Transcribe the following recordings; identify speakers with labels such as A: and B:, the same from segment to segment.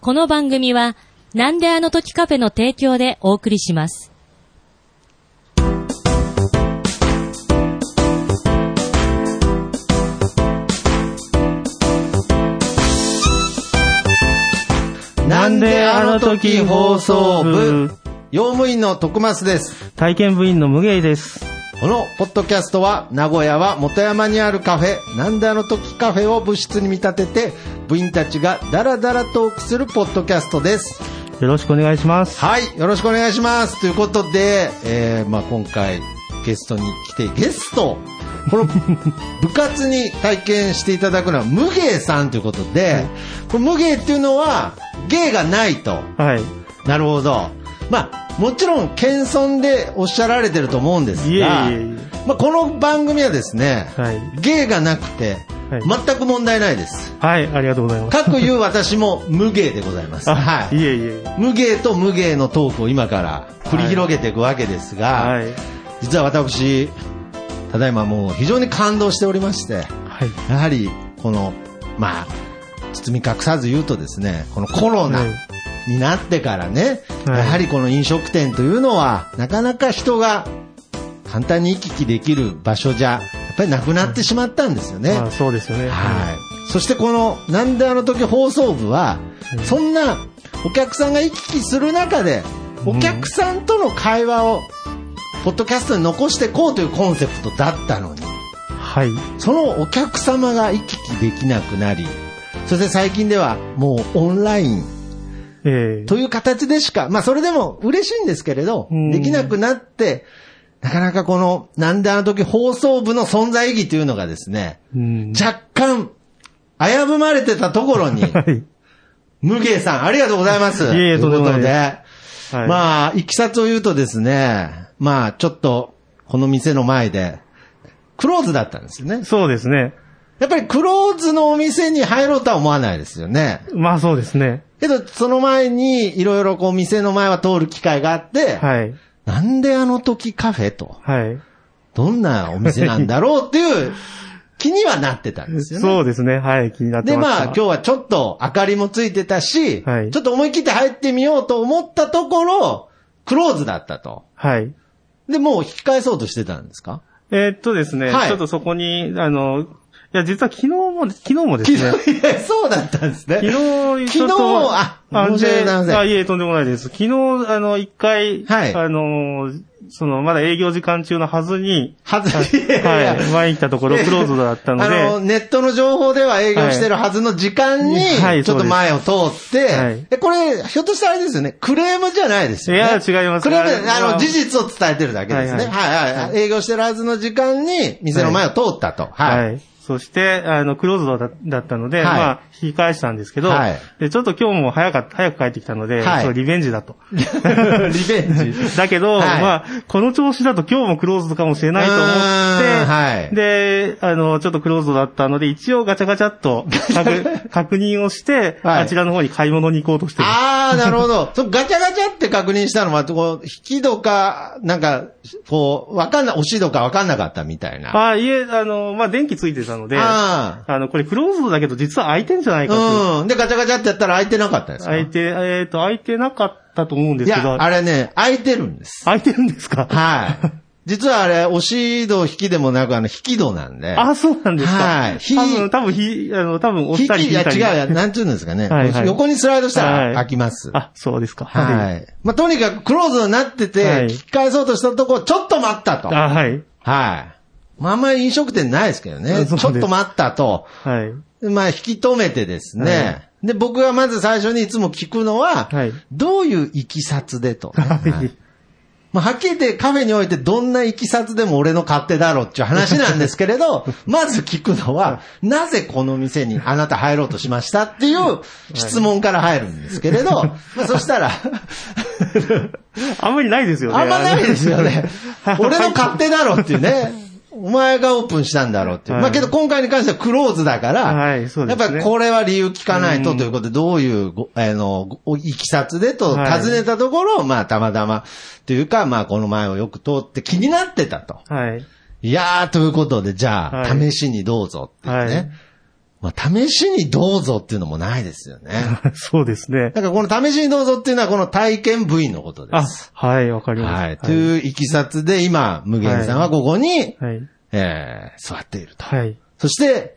A: この番組は、なんであの時カフェの提供でお送りします。
B: なんであの時放送部、用務員の徳増です。
C: 体験部員の無芸です。
B: このポッドキャストは、名古屋は元山にあるカフェ、なんであの時カフェを部室に見立てて、部員たちがダラダラトークするポッドキャストです。
C: よろしくお願いします。
B: はい、よろしくお願いします。ということで、えー、まあ今回、ゲストに来て、ゲストこ の部活に体験していただくのは、無芸さんということで、これ無芸っていうのは、芸がないと。
C: はい。
B: なるほど。まあ、もちろん謙遜でおっしゃられてると思うんです
C: いえいえいえ
B: が、まあ、この番組はですね、
C: はい
B: 芸がなくて、
C: はい
B: 全く問題ないです。
C: はい、ありがとうございます。
B: かくいう私も無芸でございます。
C: あ
B: はい。
C: いえいえ。
B: 無芸と無芸のトークを今から繰り広げていくわけですが、
C: はい。
B: 実は私、ただいまもう非常に感動しておりまして、
C: はい。
B: やはりこの、まあ、包み隠さず言うとですね、このコロナ、
C: はい
B: になってからね、
C: はい
B: やはりこの飲食店というのは、なかなか人が簡単に行き来できる場所じゃ、やっぱりなくなってしまったんですよね。
C: まあそうですよね。
B: はい。そしてこの、なんであの時放送部は、そんなお客さんが行き来する中で、お客さんとの会話を、ポッドキャストに残していこうというコンセプトだったのに、
C: はい。
B: そのお客様が行き来できなくなり、そして最近ではもうオンライン、
C: ええ。
B: という形でしか、まあそれでも嬉しいんですけれど
C: う、ん
B: できなくなって、なかなかこの、なんであの時放送部の存在意義というのがですね、
C: うん。
B: 若干、危ぶまれてたところ に、
C: はい。
B: 無芸さん、ありがとうございます。
C: いえいえ
B: ということ
C: とんでもな
B: で、
C: はい。あ。
B: まあ、いきさつを言うとですね、まあ、ちょっと、この店の前で、クローズだったんですよね。
C: そうですね。
B: やっぱりクローズのお店に入ろうとは思わないですよね。
C: まあそうですね。
B: けど、その前に、いろいろこう、店の前は通る機会があって、
C: はい。
B: なんであの時カフェと、
C: はい。
B: どんなお店なんだろうって いう気にはなってたんですよね。
C: そうですね。はい。気になって
B: で、
C: まし
B: まあ
C: た。
B: 今日はちょっと明かりもついてたし、
C: はい
B: ちょっと思い切って入ってみようと思ったところ、クローズだったと。
C: はい。
B: で、もう引き返そうとしてたんですか
C: えーっとですね、
B: はい
C: ちょっとそこに、あの、いや、実は昨日も、昨日もです
B: 昨
C: ね。
B: 日、いやそうだったんですね。
C: 昨日、ちょっ
B: 昨日
C: と
B: あ申し訳ございません
C: であ、いえ、とんでもないです。昨日、あの、一回、
B: はい
C: あの、その、まだ営業時間中のはずに、
B: はず、
C: はい、前に来たところ、クローズだったので、
B: あの、ネットの情報では営業してるはずの時間に、
C: はい
B: ちょっと前を通って、
C: はい
B: えこれ、ひょっとしたらあれですよね、クレームじゃないですよね。
C: いや違います
B: クレームじゃない
C: あれは
B: あの、事実を伝えてるだけですね。
C: は
B: はいはい、はい営業してるはずの時間に、店の前を通ったと。はい。
C: はい。そして、あの、クローズドだだったので、
B: はい
C: まあ、引き返したんですけど、
B: はい
C: で、ちょっと今日も早かった、早く帰ってきたので、
B: はい
C: ちょっとリベンジだ と。
B: リベンジ。
C: だけど、
B: はい
C: まあ、この調子だと今日もクローズドかもしれないと思って、
B: うーんはい
C: で、あの、ちょっとクローズドだったので、一応ガチャガチャっと 確確認をして、
B: はい
C: あちらの方に買い物に行こうとしてます。
B: ああ、なるほど。 そのガチャガチャって確認したのは、こう、引き戸か、なんか、こう、わかんない、押し戸かわかんなかったみたいな。あ
C: ああ、いえ、あの、まあ、電気ついてたので、あ
B: あ
C: の、これクローズドだけど実は開いてんじゃないかと。
B: ー。うん。で、ガチャガチャってやったら開いてなかったですか
C: 開いて、えっ、と、開いてなかったと思うんで
B: い
C: すけど
B: や、、あれね、開いてるんです。
C: 開いてるんですか
B: はい。 実はあれ、押し戸引きでもなく、あの、引き戸なんで。
C: あ、そうなんですか。
B: はいひ
C: 多分、多分、ひ、あの、多分、押
B: 引
C: したり
B: き、い
C: 引い
B: や、
C: たり。
B: 違うや、なんちゅうんですかね。
C: はいはい
B: 横にスライドした
C: は
B: ら
C: い
B: 開きます。はい。
C: あ、そうですか。
B: まあ、とにかくクローズになってて、
C: はい
B: 引き返そうとしたとこ、ちょっと待ったと。はい。
C: あ、はい。
B: まあ、あんまり飲食店ないですけど
C: そう
B: ね。
C: です
B: ちょっと待ったと。
C: はい。
B: まあ、引き止めてですね。
C: はい
B: で、僕がまず最初にいつも聞くのは、
C: はい
B: どういういきさつでと、ね
C: は
B: はい
C: い。
B: まあ、はっきり言ってカフェにおいてどんないきさつでも俺の勝手だろっていう話なんですけれど、まず聞くのは、なぜこの店にあなた入ろうとしましたっていう質問から入るんですけれど、まあ、そしたら、
C: あんまりないですよね。
B: あんまないですよね
C: はい。
B: 俺の勝手だろっていうね。お前がオープンしたんだろうっていう。
C: はい
B: まあけど今回に関してはクローズだから、
C: はいそうですね
B: やっぱりこれは理由聞かないと
C: うん
B: ということで、どういうご、あの、ごいきさつでと
C: はい
B: 尋ねたところ、まあたまたま、というか、まあこの前をよく通って気になってたと。
C: はい。
B: いやー、ということで、じゃあ、
C: はい
B: 試しにどうぞっていうね。
C: はい
B: まあ、試しにどうぞっていうのもないですよ ね。
C: そうですね。
B: だからこの試しにどうぞっていうのはこの体験部員のことで
C: あ
B: す。、
C: はい、わかります。
B: はい。といういきさつで今、無限さんはここに、
C: はい。
B: えー座っていると。
C: はい。
B: そして、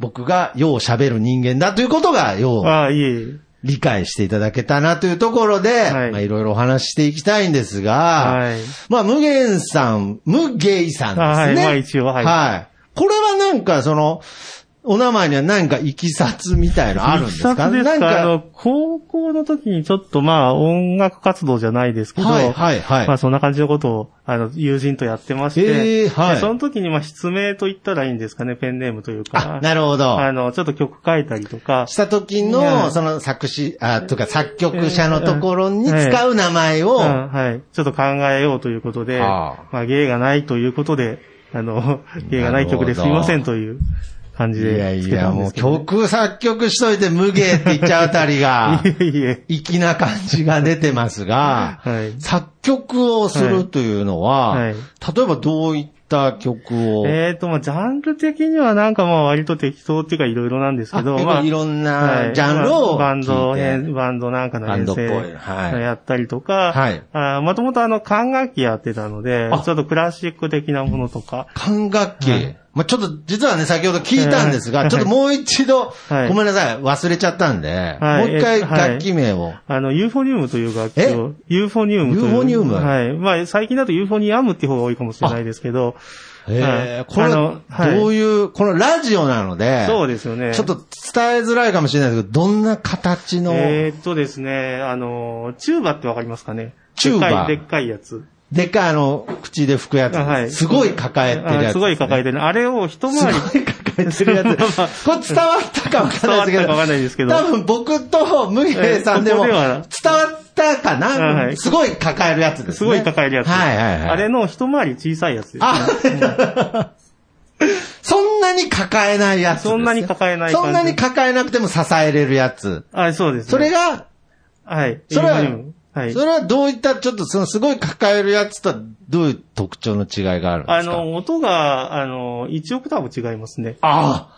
B: 僕がよう喋る人間だということが、よう
C: あ、いえい
B: 理解していただけたなというところで、
C: はい
B: い、まあいろいろお話ししていきたいんですが、
C: え。はい。
B: まあ、無限さん、無芸さんですね。
C: はいまあ一応はい
B: これはなんか、その、お名前には何かいきさつみたいのあるんですか
C: 一冊です
B: なん
C: かあ
B: か、
C: の、高校の時にちょっとまあ、音楽活動じゃないですけど、
B: はい、はい、はい。
C: まあそんな感じのことを、あの、友人とやってまして、
B: ええは
C: でその
B: い。
C: 時にまあ、筆名と言ったらいいんですかね、ペンネームというか
B: あ、、なるほど。
C: あの、ちょっと曲書いたりとか、
B: した時
C: う
B: の、
C: ん
B: その作詞、あ、とか作曲者のところに使う名前を、
C: うんはい。ちょっと考えようということで、
B: ああ
C: まあ、芸がないということで、あの、芸がない曲ですいませんという感じ
B: いや
C: で
B: い
C: つけた
B: や、
C: んで
B: もう
C: すけど、ね。、
B: 曲作曲しといて無芸って言っちゃうあたりが
C: いやいや
B: 粋な感じが出てますが、
C: はい。
B: 作曲をするというのは、
C: はいはい
B: 例えばどういった曲を、
C: えっ、と、まあ、ジャンル的にはなんかまあ割と適当っていうかいろいろなんです
B: あ
C: けど、
B: 結
C: まあ
B: 構い、ろん
C: は
B: ないジャンルを
C: まあ
B: 聞
C: バン
B: いて、
C: ド編、バンドなんかの編成
B: バンドっぽいはい
C: やったりとか、
B: はい
C: あもともとあの、管楽器やってたので
B: あ、
C: ちょっとクラシック的なものとか、
B: 管楽器、
C: はい
B: まあ、ちょっと実はね、先ほど聞いたんですが、
C: はい
B: ちょっともう一度、
C: はい
B: ごめんなさい、忘れちゃったんで、
C: はい
B: もう一回
C: えはい
B: 楽器名を。
C: あの、ユーフォニウムという楽器を、ユーフォニウムという。
B: ユーフォニウム
C: はい。まあ、最近だとユーフォニアムっていう方が多いかもしれないですけど、
B: えー
C: はい
B: これ
C: あのはい
B: どういう、このラジオなので、
C: そうですよね。
B: ちょっと伝えづらいかもしれないですけど、どんな形の、
C: えーっとですね、あの、チューバってわかりますかね
B: チューバ
C: でっかい、でっかいやつ。
B: でっかいあの、口で吹くやつ、
C: あはい
B: すごい抱えてるやつ、
C: あすごい抱えてる。あれを一回り。
B: すごい抱えてるやつ。これ伝わったかわかんないですけど。
C: 伝わったかわかんないですけど
B: 多分僕と無平さんでも
C: ええこ
B: 伝わ
C: こでは
B: ったかな、
C: あはい
B: すごい抱えるやつですね。
C: すごい抱えるやつ。
B: はいはいはい。
C: あれの一回り小さいやつです、
B: あそん なに抱えないやつですね、
C: そんなに抱えない感じ
B: そんなに抱えなくても支えれるやつ。
C: あそうです、ね。
B: それが、
C: はい。
B: それは
C: ユーフォニウムはい。
B: それはどういった、ちょっとそのすごい抱えるやつとはどういう特徴の違いがあるんで
C: あ
B: すか
C: の、音が、あの、1オクターブ違いますね。
B: ああ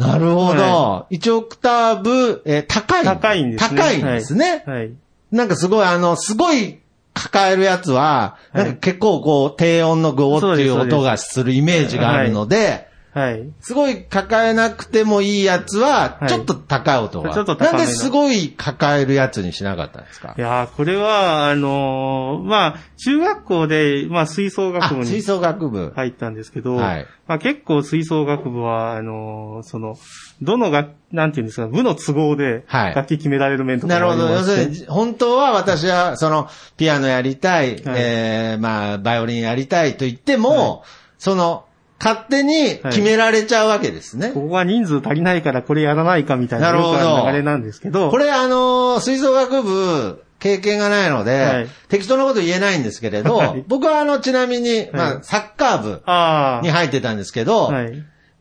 B: なるほど
C: は。
B: 1オクターブ、えー高い。
C: 高いんですね
B: 高いんですね。
C: はい。
B: なんかすごい、あの、すごい抱えるやつは、
C: は
B: な
C: い
B: んか結構こう、低音のグオっていう
C: そうです
B: 音がするイメージがあるので、
C: はい。
B: すごい抱えなくてもいいやつは
C: は、い
B: ちょっと高い音が。
C: ちょっと高め
B: な
C: の
B: んですごい抱えるやつにしなかったんですか
C: いやーこれは、あのーまあ、中学校で、まあ、吹奏
B: あ
C: 楽部、
B: 吹
C: に
B: 奏楽部。
C: 入ったんですけど、
B: はい
C: まあ、結構吹奏楽部は、あのーその、どの楽、なんていうんですか、部の都合で、
B: はい
C: 楽器決められる面とか
B: なる
C: もあ
B: ほ
C: り
B: ど。
C: ま
B: 要
C: して
B: するに、本当は私は、その、ピアノやりたい、えー、まあ、バイオリンやりたいと言っても、その、勝手に決められちゃうわけですね。
C: ここは人数足りないからこれやらないかみたいな
B: なるほど
C: よくある流れなんですけど、
B: これあのー吹奏楽部、経験がないので、
C: はい
B: 適当なこと言えないんですけれど、
C: はい
B: 僕はあの、ちなみに、ま
C: は
B: あ、
C: い
B: サッカー部
C: あ
B: に入ってたんですけど、
C: あ、はい。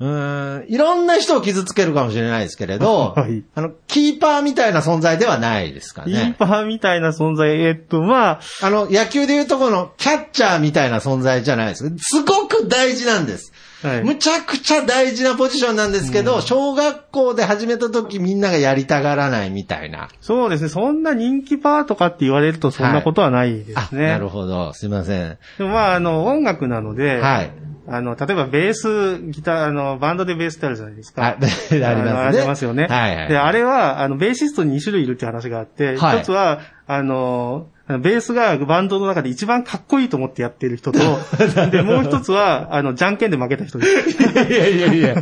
B: うーん、いろんな人を傷つけるかもしれないですけれど、
C: はい
B: あの、キーパーみたいな存在ではないですか
C: イー
B: ね。
C: パーみたいな存在、えっと、まあ、
B: あの、野球でいうとこのキャッチャーみたいな存在じゃないです。すごく大事なんです。
C: はい
B: むちゃくちゃ大事なポジションなんですけど、小学校で始めた時みんながやりたがらないみたいな。
C: そうですね、そんな人気パーとかって言われるとそんなことはないで
B: あ、
C: すね。
B: なるほど。すいません。
C: でもまあ、あの、音楽なので、
B: はい。
C: あの、例えばベース、ギター、あの、バンドでベースってあるじゃないです
B: あ、あ
C: か。
B: りますね。
C: のありますよね。
B: はいはい。
C: で、あれは、あの、ベーシストに2種類いるって話があって、
B: はい
C: 一つは、あの、あのベースがバンドの中で一番かっこいいと思ってやって る人と、で、もう一つは、あの、じゃんけんで負けた 人です。
B: いやいやいや、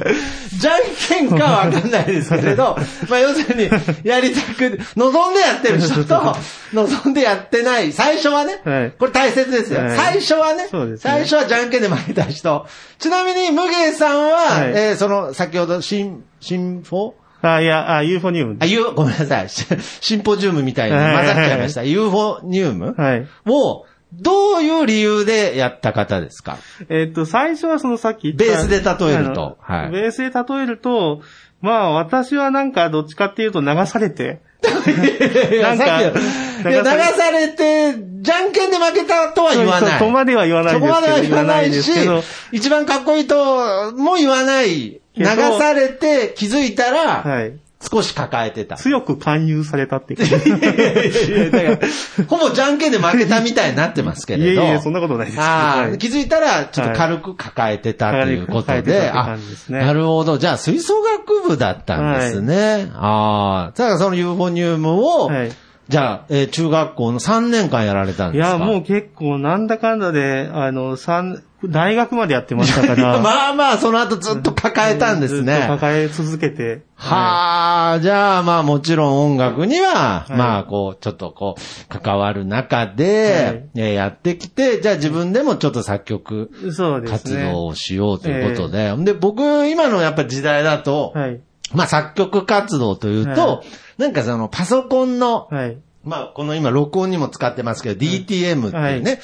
B: じゃんけんかはわかんないですけれど、まあ要するに、やりたく、望んでやってる人と、望んでやってない、最初はね、
C: はい
B: これ大切ですよ。
C: はい
B: 最初はね
C: そうですね
B: 最初はじゃんけんで負けた人。ちなみに、無芸さんは、
C: はい
B: えーその、先ほど、シン、シンフォ
C: あ、いや、あ、ユーフォニウム
B: あ、。ユーごめんなさい、 シシンポジウムみたいに混ざっちゃいました。ユーフォニウム
C: はい。
B: を、どういう理由でやった方ですか
C: えっと、最初はそのさっき言った
B: ベースで例えると
C: あの
B: はい
C: ベースで例えると、まあ私はなんかどっちかっていうと流されて、
B: いや
C: なんか
B: さっきのいや流されて、じゃんけんで負けたとは言わない。
C: そこまでは言わない
B: そ
C: ですけ
B: こ
C: ど、
B: までは言わないし
C: 言わないですけど、
B: 一番かっこいいとも言わない。流されて気づいたら、
C: はい。
B: 少し抱えてた。
C: 強く勧誘されたっていう感じ。い
B: いやい やいやだからほぼじゃんけんで負けたみたいになってますけ
C: え
B: れ
C: い
B: ど。
C: え、そんなことないです。
B: あ
C: は
B: あ、
C: い
B: 気づいたら、ちょっと軽く抱えてたということ
C: はい軽く抱えてた
B: で、
C: って
B: あ
C: 感じです、ね
B: なるほど。じゃあ、吹奏楽部だったんですね。ああ、だからそのユーフォニウムを、
C: はい
B: じゃあ、えー中学校の3年間やられたん
C: い
B: ですか
C: や、もう結構なんだかんだで、あの、三、大学までやってましたか ら。
B: まあまあ、その後ずっと抱えたんです
C: ずっと
B: ね。
C: 抱え続けて。い。
B: はあ、じゃあまあもちろん音楽には、
C: い
B: まあこう、ちょっとこう、関わる中で、えーやってきて、じゃあ自分でもちょっと作曲
C: そうです
B: 活
C: ね。
B: 動をしようということで、で、僕、今のやっぱ時代だと、
C: はい。
B: まあ作曲活動というと、
C: は
B: なんかそのパソコンの、
C: はい。
B: まあ、この今録音にも使ってますけど、DTM っていうね、
C: は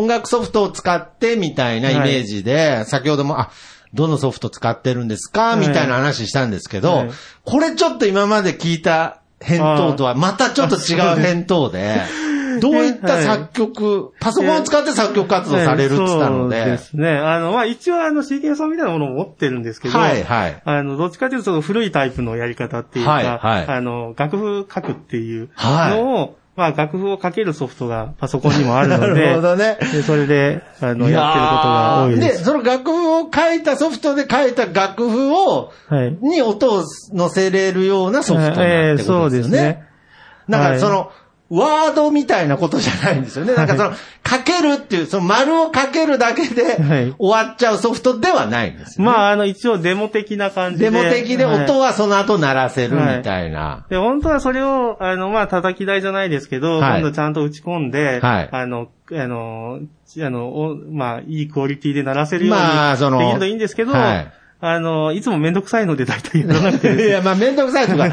B: 音楽ソフトを使ってみたいなイメージで、先ほども、あ、どのソフト使ってるんですか
C: はい
B: みたいな話したんですけど、
C: はい
B: これちょっと今まで聞いた返答とはまたちょっと違う返答 で、どういった作曲、パソコンを使って作曲活動されるって言ったの
C: はいそう
B: で
C: で、すね。あの、まあ、一応あの、シーケンサーみたいなものを持ってるんですけど、
B: はいはい。
C: あの、どっちかというと、その古いタイプのやり方っていうか、
B: はいはい
C: あの、楽譜書くっていう
B: はい
C: のを、まあ、楽譜を書けるソフトがパソコンにもあ る
B: な
C: の
B: るほ
C: で、
B: どね。
C: でそれで、あの、やってることが多いで。
B: ですその楽譜を書いた、ソフトで書いた楽譜を、
C: はい。
B: に音を乗せれるようなソフトなんて
C: ええ
B: こ
C: そ
B: と
C: う
B: で
C: です
B: よ
C: す
B: ね。
C: ね。
B: だか
C: は
B: ら
C: い
B: その、ワードみたいなことじゃないんですよね。なんかその、かけるっていう、その丸をかけるだけで
C: はい
B: 終わっちゃうソフトではないんですよ、ね。
C: まあ、あの、一応デモ的な感じ
B: デ
C: で。
B: モ的で
C: はい
B: 音はその後鳴らせるみたいな。
C: で、本当はそれを、あの、まあ、叩き台じゃないですけど、
B: はい
C: 今度ちゃんと打ち込んで、
B: はい
C: あの、あの、あの、おまあ、いいクオリティで鳴らせるように
B: まあその
C: できるといいんですけど、
B: はい
C: あの、いつもめんどくさいので大体やらな くて。
B: いや、まあめんどくさいとか、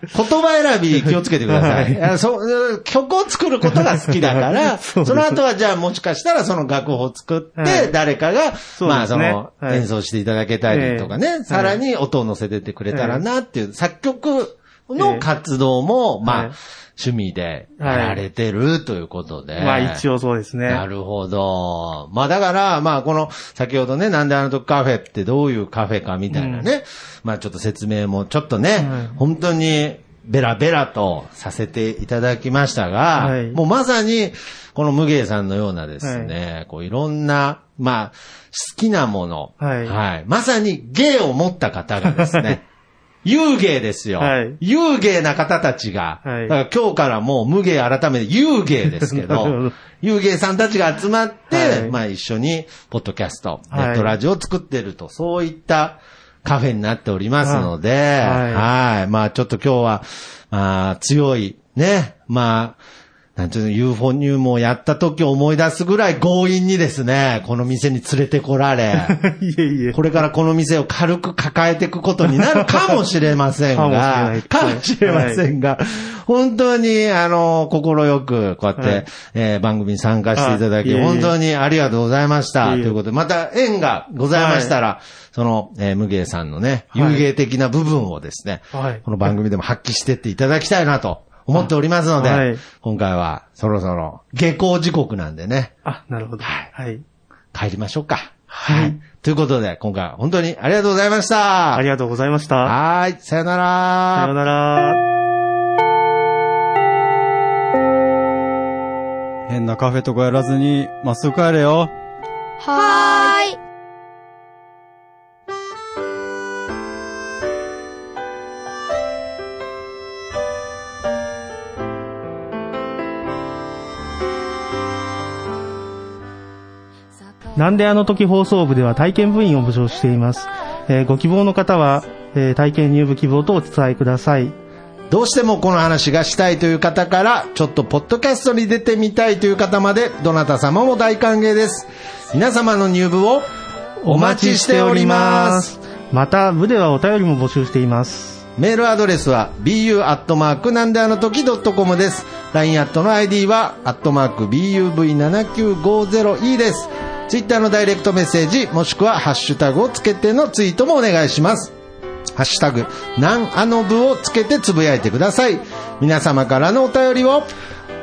B: 言葉選び気をつけてください。あのそう曲を作ることが好きだから、
C: そ
B: そう
C: です
B: の後はじゃあもしかしたらその楽譜を作って、
C: はい
B: 誰かが、
C: うですね
B: まあその、
C: はい
B: 演奏していただけたりとかね、
C: ええ
B: さらに音を乗せてってくれたらなっていう、作曲の活動も、まあ、
C: はい
B: 趣味でやられてるということで。
C: まあ、一応そうですね。
B: なるほど。まあだから、まあこの、先ほどね、なんであの時カフェってどういうカフェかみたいなね、まあちょっと説明もちょっとね、
C: い
B: 本当にベラベラとさせていただきましたが、
C: はい
B: もうまさに、この無芸さんのようなですね、い、こういろんな、まあ、好きなもの、
C: はい
B: まさに芸を持った方がです ね、幽芸ですよ。
C: はい
B: 幽芸な方たちが、
C: はい
B: だから今日からもう無芸改めて幽芸ですけ
C: なるほ
B: ど
C: ど、
B: ゆうげいさんたちが集まって、
C: はい
B: まあ一緒に、ポッドキャスト、ネ
C: はい
B: ットラジオを作ってると、そういったカフェになっておりますので、は。
C: はいい
B: まあちょっと今日は、まあ強い、ね、まあ、なんていうの、ユーフォニウムをやった時を思い出すぐらい強引にですね、この店に連れてこられ、
C: いえいえ。
B: これからこの店を軽く抱えていくことになるかもしれませんが、か
C: か
B: も
C: も
B: し
C: し
B: れ
C: れ
B: ま
C: ま
B: せ
C: せ
B: んが、本当に、あの、心よく、こうやって、
C: はい
B: えー番組に参加していただ
C: あい
B: き、
C: えいえ
B: 本当にありがとうございました。
C: いえいえ
B: ということで、また縁がございましたら、その、えー、無芸さんのね、
C: はい
B: 有芸的な部分をですね、
C: はい
B: この番組でも発揮してっていただきたいなと思っておりますので、
C: はい
B: 今回はそろそろ下校時刻なんでね、
C: あ、なるほど。はい。
B: 帰りましょうか。
C: はい
B: ということで、今回は本当にありがとうございました。
C: ありがとうございました。
B: はーい、さよなら。
C: さようなら。
D: 変なカフェとかやらずに、まっすぐ帰れよ。
E: はーい。
C: なんであの時放送部では体験部員を募集しています。えーご希望の方は、えー体験入部希望とお伝えください。
B: どうしてもこの話がしたいという方から、ちょっとポッドキャストに出てみたいという方まで、どなた様も大歓迎です。皆様の入部をお待ちしております。。
C: また、部ではお便りも募集しています。
B: メールアドレスは bu アットマークなんであの時ドットコムです。LINE アットの ID はアットマーク buv7950e です。ツイッターのダイレクトメッセージもしくはハッシュタグをつけてのツイートもお願いします。ハッシュタグ、なんあの部をつけてつぶやいてください。皆様からのお便りを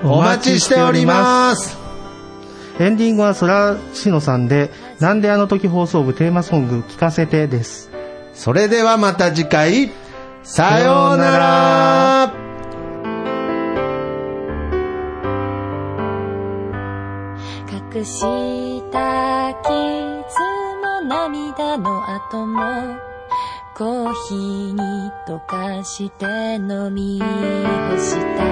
B: お待ちしております。
C: エンディングは空しのさんで、なんであの時放送部テーマソング聞かせてです。
B: それではまた次回、さようなら
F: 隠した傷も涙の後もコーヒーに溶かして飲み干した